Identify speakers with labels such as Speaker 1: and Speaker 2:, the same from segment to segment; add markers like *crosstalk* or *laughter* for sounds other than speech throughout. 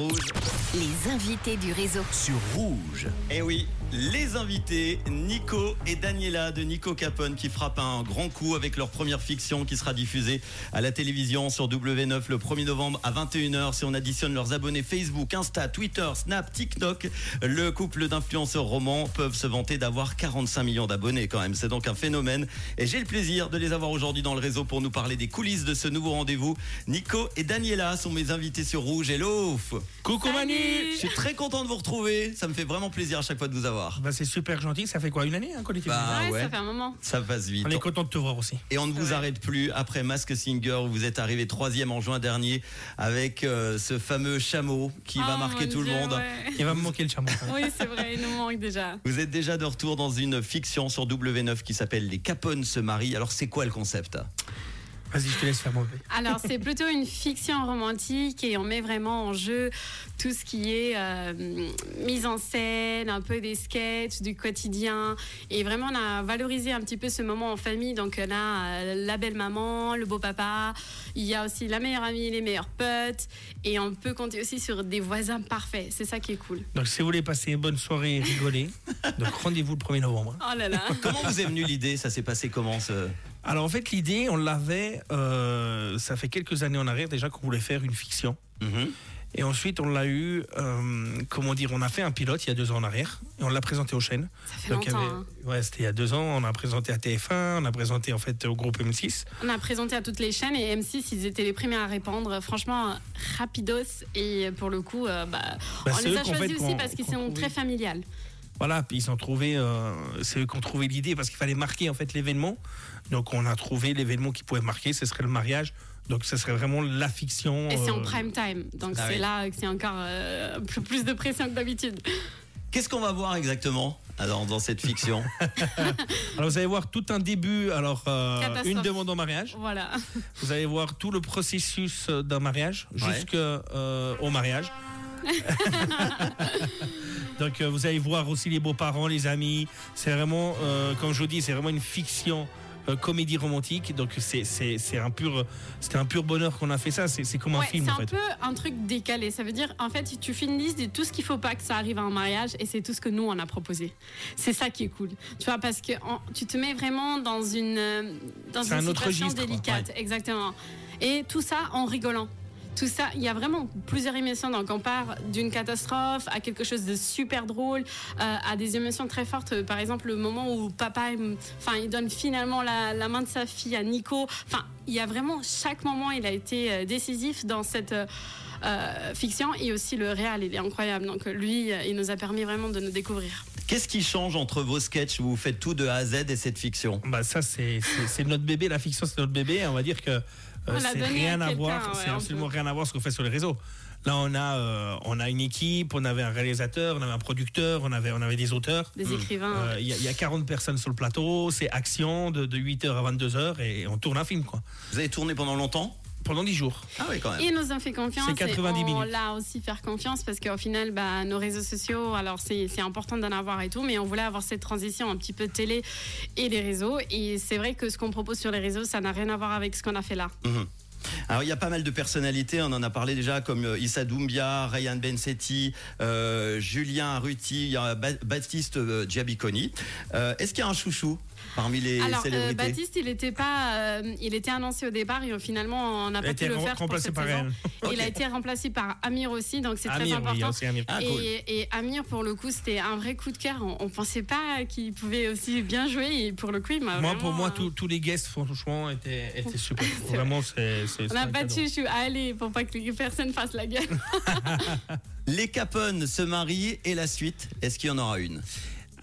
Speaker 1: Rouge.
Speaker 2: Les invités du réseau.
Speaker 3: sur Rouge.
Speaker 1: Eh oui, les invités, Nico et Daniela de Nico Capone qui frappent un grand coup avec leur première fiction qui sera diffusée à la télévision sur W9 le 1er novembre à 21h. Si on additionne leurs abonnés Facebook, Insta, Twitter, Snap, TikTok, le couple d'influenceurs romans peuvent se vanter d'avoir 45 millions d'abonnés quand même. C'est donc un phénomène. Et j'ai le plaisir de les avoir aujourd'hui dans le réseau pour nous parler des coulisses de ce nouveau rendez-vous. Nico et Daniela sont mes invités sur Rouge. Hello
Speaker 4: Coucou Manu
Speaker 1: Je suis très content de vous retrouver. Ça me fait vraiment plaisir à chaque fois de vous avoir.
Speaker 4: bah, C'est super gentil, ça fait quoi Une année hein, qu'on était venus
Speaker 1: Bah
Speaker 5: ouais,
Speaker 1: ouais,
Speaker 5: ça fait un moment.
Speaker 1: ça passe vite.
Speaker 4: On est content de te voir aussi.
Speaker 1: Et on ne vous
Speaker 5: Ouais.
Speaker 1: arrête plus après Mask Singer où vous êtes arrivé troisième en juin dernier avec euh, ce fameux chameau qui va
Speaker 5: Oh
Speaker 1: marquer
Speaker 5: mon
Speaker 1: tout
Speaker 5: Dieu,
Speaker 1: le monde.
Speaker 5: ouais.
Speaker 4: Il va me manquer le chameau. hein.
Speaker 5: Oui, c'est vrai, il nous manque déjà.
Speaker 1: Vous êtes déjà de retour dans une fiction sur W9 qui s'appelle Les Capones se marient. Alors c'est quoi le concept
Speaker 4: Vas-y, je te laisse faire mon bébé.
Speaker 5: Alors, c'est plutôt une fiction romantique et on met vraiment en jeu tout ce qui est euh, mise en scène, un peu des sketchs du quotidien. Et vraiment, on a valorisé un petit peu ce moment en famille. Donc là, euh, la belle-maman, le beau-papa, il y a aussi la meilleure amie, les meilleurs potes. Et on peut compter aussi sur des voisins parfaits. C'est ça qui est cool.
Speaker 4: Donc, si vous voulez passer une bonne soirée
Speaker 1: *laughs*
Speaker 4: et rigoler, donc rendez-vous le 1er novembre. hein.
Speaker 5: Oh là là
Speaker 1: Comment vous est venue l'idée Ça s'est passé comment ce...
Speaker 4: Alors, en fait, l'idée, on l'avait, euh, ça fait quelques années en arrière déjà qu'on voulait faire une fiction.
Speaker 1: Mhm.
Speaker 4: Et ensuite, on l'a eu, euh, comment dire, on a fait un pilote il y a deux ans en arrière et on l'a présenté aux chaînes.
Speaker 5: Ça fait
Speaker 4: Donc, il y
Speaker 5: longtemps.
Speaker 4: avait-
Speaker 5: hein.
Speaker 4: ouais, c'était il y a deux ans, on a présenté à TF1, on a présenté en fait au groupe M6.
Speaker 5: On a présenté à toutes les chaînes et M6, ils étaient les premiers à répondre. Franchement, rapidos. Et pour le coup, euh, bah,
Speaker 4: Bah,
Speaker 5: on
Speaker 4: c'est
Speaker 5: les
Speaker 4: eux
Speaker 5: a
Speaker 4: qu'en fait,
Speaker 5: choisis aussi
Speaker 4: qu'on-
Speaker 5: parce qu'ils
Speaker 4: qu'on
Speaker 5: sont
Speaker 4: trouvait.
Speaker 5: très familiales.
Speaker 4: Voilà, puis ils ont trouvé, euh, c'est eux qui ont trouvé l'idée parce qu'il fallait marquer en fait l'événement. Donc on a trouvé l'événement qui pouvait marquer, ce serait le mariage. Donc ce serait vraiment la fiction.
Speaker 5: Et c'est en
Speaker 4: euh,
Speaker 5: prime time. Donc
Speaker 1: Ah
Speaker 5: c'est
Speaker 1: oui.
Speaker 5: là que c'est encore euh, plus, plus de pression que d'habitude.
Speaker 1: Qu'est-ce qu'on va voir exactement dans, dans cette fiction
Speaker 4: Alors vous allez voir tout un début, alors euh,
Speaker 5: Catastrophe.
Speaker 4: une demande en mariage.
Speaker 5: Voilà.
Speaker 4: Vous allez voir tout le processus euh, d'un mariage
Speaker 1: Ouais.
Speaker 4: jusqu'au mariage. Donc euh, vous allez voir aussi les beaux-parents, les amis. C'est vraiment, euh, comme je vous dis, c'est vraiment une fiction. euh, comédie romantique, donc c'est c'est- c'est un pur c'était un pur bonheur qu'on a fait ça. C'est c'est comme un
Speaker 5: Ouais,
Speaker 4: film
Speaker 5: c'est
Speaker 4: en
Speaker 5: un
Speaker 4: fait.
Speaker 5: peu un truc décalé. Ça veut dire, en fait, tu fais une liste de tout ce qu'il faut pas que ça arrive à un mariage et c'est tout ce que nous, on a proposé. C'est ça qui est cool. Tu vois, parce que en- tu te mets vraiment dans une, euh, dans une
Speaker 4: C'est un autre
Speaker 5: situation
Speaker 4: registre, quoi.
Speaker 5: délicate. Exactement. Et tout ça en rigolant. Tout ça, il y a vraiment plusieurs émotions. Donc, on part d'une catastrophe à quelque chose de super drôle, euh, à des émotions très fortes. Euh, Par exemple, le moment où papa, hum, enfin, il donne finalement la, la main de sa fille à Nico. Enfin, il y a vraiment chaque moment, il a été euh, décisif dans cette euh, euh, fiction et aussi le réel, il est incroyable. Donc, euh, lui, euh, il nous a permis vraiment de nous découvrir.
Speaker 1: Qu'est-ce qui change entre vos sketchs où vous faites tout de A à Z et cette fiction
Speaker 4: Bah ça c'est c'est- c'est notre bébé, la fiction c'est notre bébé. On va dire que euh,
Speaker 5: On l'a
Speaker 4: c'est
Speaker 5: donné à
Speaker 4: rien à
Speaker 5: quelqu'un,
Speaker 4: voir,
Speaker 5: ouais,
Speaker 4: c'est
Speaker 5: un
Speaker 4: absolument
Speaker 5: peu.
Speaker 4: rien à voir ce qu'on fait sur les réseaux. Là on a euh, on a une équipe, on avait un réalisateur, on avait un producteur, on avait on avait des auteurs.
Speaker 5: Des écrivains.
Speaker 4: Euh, Il y, a- il y a 40 personnes sur le plateau, c'est action de, 8h à 22h et on tourne un film quoi.
Speaker 1: Vous avez tourné pendant longtemps
Speaker 4: Pendant 10 jours.
Speaker 1: Ah oui quand même.
Speaker 5: Ils nous ont fait confiance.
Speaker 4: C'est 90
Speaker 5: et on
Speaker 4: minutes.
Speaker 5: l'a aussi faire confiance parce qu'au final, bah, nos réseaux sociaux, alors c'est c'est important d'en avoir et tout, mais on voulait avoir cette transition un petit peu télé et les réseaux. Et c'est vrai que ce qu'on propose sur les réseaux, ça n'a rien à voir avec ce qu'on a fait là.
Speaker 1: Alors il y a pas mal de personnalités, on en a parlé déjà, comme euh, Issa Doumbia, Ryan Bensetti, euh, Julien Arruti, il y a Ba- Baptiste euh, Giabiconi. Euh, Est-ce qu'il y a un chouchou parmi les
Speaker 5: alors, euh,
Speaker 1: célébrités
Speaker 5: Baptiste, il était, pas, euh, il était annoncé au départ et euh, finalement, on n'a
Speaker 4: Elle a
Speaker 5: pas
Speaker 4: été
Speaker 5: pu le
Speaker 4: rem-
Speaker 5: faire. pour
Speaker 4: remplacée
Speaker 5: cette
Speaker 4: par
Speaker 5: saison.
Speaker 4: elle.
Speaker 5: Il a été remplacé par Amir aussi, donc c'est très
Speaker 4: Amir, oui, hein. il y a
Speaker 5: important.
Speaker 4: aussi Amir.
Speaker 1: Ah, cool.
Speaker 5: et, et Amir, pour le coup, c'était un vrai coup de cœur. On, on pensait pas qu'il pouvait aussi bien jouer. Et pour le coup, il m'a
Speaker 4: moi
Speaker 5: vraiment,
Speaker 4: pour moi
Speaker 5: euh,
Speaker 4: tous- tous les guests franchement étaient,
Speaker 5: *laughs*
Speaker 4: étaient super. Vraiment c'est c'est-
Speaker 5: On
Speaker 4: c'est
Speaker 5: a
Speaker 4: un cadeau.
Speaker 5: battu, je suis allée pour pas que personne fasse la gueule.
Speaker 1: Les Capones se marient et la suite, est-ce qu'il y en aura une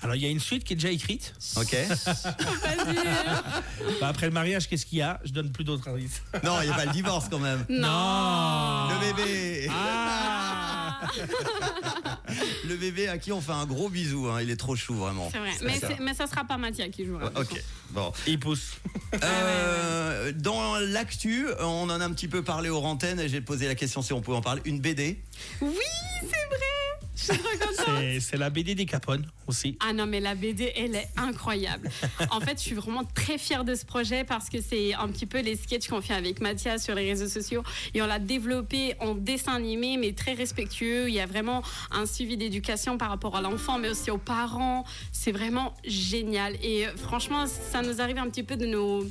Speaker 4: Alors il y a une suite qui est déjà écrite.
Speaker 5: *laughs*
Speaker 1: Ok
Speaker 5: Vas-y.
Speaker 4: Bah, après le mariage qu'est-ce qu'il y a Je donne plus d'autres indices.
Speaker 1: Non, il n'y a pas le divorce quand même.
Speaker 5: Non.
Speaker 1: Le bébé
Speaker 5: Ah.
Speaker 1: Le bébé à qui on fait un gros bisou, hein, il est trop chou vraiment.
Speaker 5: C'est vrai.
Speaker 1: C'est
Speaker 5: Mais,
Speaker 1: ça.
Speaker 5: c'est- mais ça sera pas Mathia qui jouera.
Speaker 1: Ouais, *laughs* Ok, bon.
Speaker 4: *laughs* Il pousse.
Speaker 1: Euh, dans l'actu, on en a un petit peu parlé aux antennes et j'ai posé la question si on pouvait en parler. Une BD
Speaker 5: Oui, c'est vrai. Je suis trop contente.
Speaker 4: C'est c'est la BD des Capones aussi.
Speaker 5: Ah non, mais la BD, elle est incroyable. en fait, je suis vraiment très fière de ce projet parce que c'est un petit peu les sketchs qu'on fait avec Mathias sur les réseaux sociaux. Et on l'a développé en dessin animé, mais très respectueux. Il y a vraiment un suivi d'éducation par rapport à l'enfant, mais aussi aux parents. C'est vraiment génial. Et euh, franchement, ça nous arrive un petit peu de nous...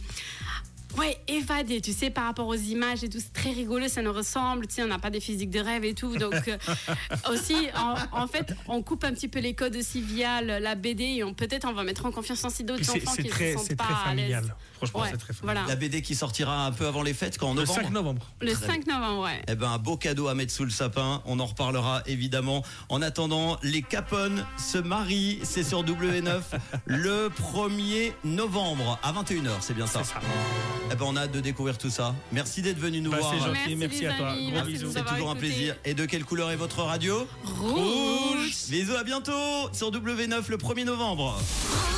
Speaker 5: Ouais, évader, tu sais, par rapport aux images et tout, c'est très rigolo, ça nous ressemble, tu sais, on n'a pas des physiques de rêve et tout, donc
Speaker 4: *laughs*
Speaker 5: euh, aussi, en, en fait, on coupe un petit peu les codes aussi via le- la BD et on peut-être on va mettre en confiance aussi
Speaker 4: Puis
Speaker 5: d'autres
Speaker 4: c'est
Speaker 5: enfants
Speaker 4: c'est
Speaker 5: qui
Speaker 4: très,
Speaker 5: se
Speaker 4: c'est
Speaker 5: sentent pas
Speaker 4: très
Speaker 5: à l'aise.
Speaker 4: familial. Franchement,
Speaker 5: Ouais,
Speaker 4: c'est très familial.
Speaker 5: voilà.
Speaker 1: La BD qui sortira un peu avant les fêtes, quand en
Speaker 4: Le
Speaker 1: novembre.
Speaker 4: 5 novembre.
Speaker 5: Le
Speaker 1: Très
Speaker 5: 5 novembre, ouais.
Speaker 1: Eh ben, un beau cadeau à mettre sous le sapin. On en reparlera évidemment. En attendant, les Capones se marient. C'est sur W9
Speaker 4: *laughs*
Speaker 1: le 1er novembre à 21h. C'est bien ça.
Speaker 4: C'est ça.
Speaker 1: Eh ben, on a hâte de découvrir tout ça. Merci d'être venu nous
Speaker 4: Bah,
Speaker 1: voir.
Speaker 4: c'est
Speaker 5: Merci,
Speaker 4: gentil. merci
Speaker 5: les
Speaker 4: à toi.
Speaker 5: amis,
Speaker 4: Gros
Speaker 5: merci
Speaker 4: bisous.
Speaker 5: de nous
Speaker 1: C'est
Speaker 5: avoir
Speaker 1: toujours un
Speaker 5: écoutés.
Speaker 1: plaisir. Et de quelle couleur est votre radio
Speaker 5: Rouge.
Speaker 1: Bisous, à bientôt sur W9 le 1er novembre.
Speaker 2: France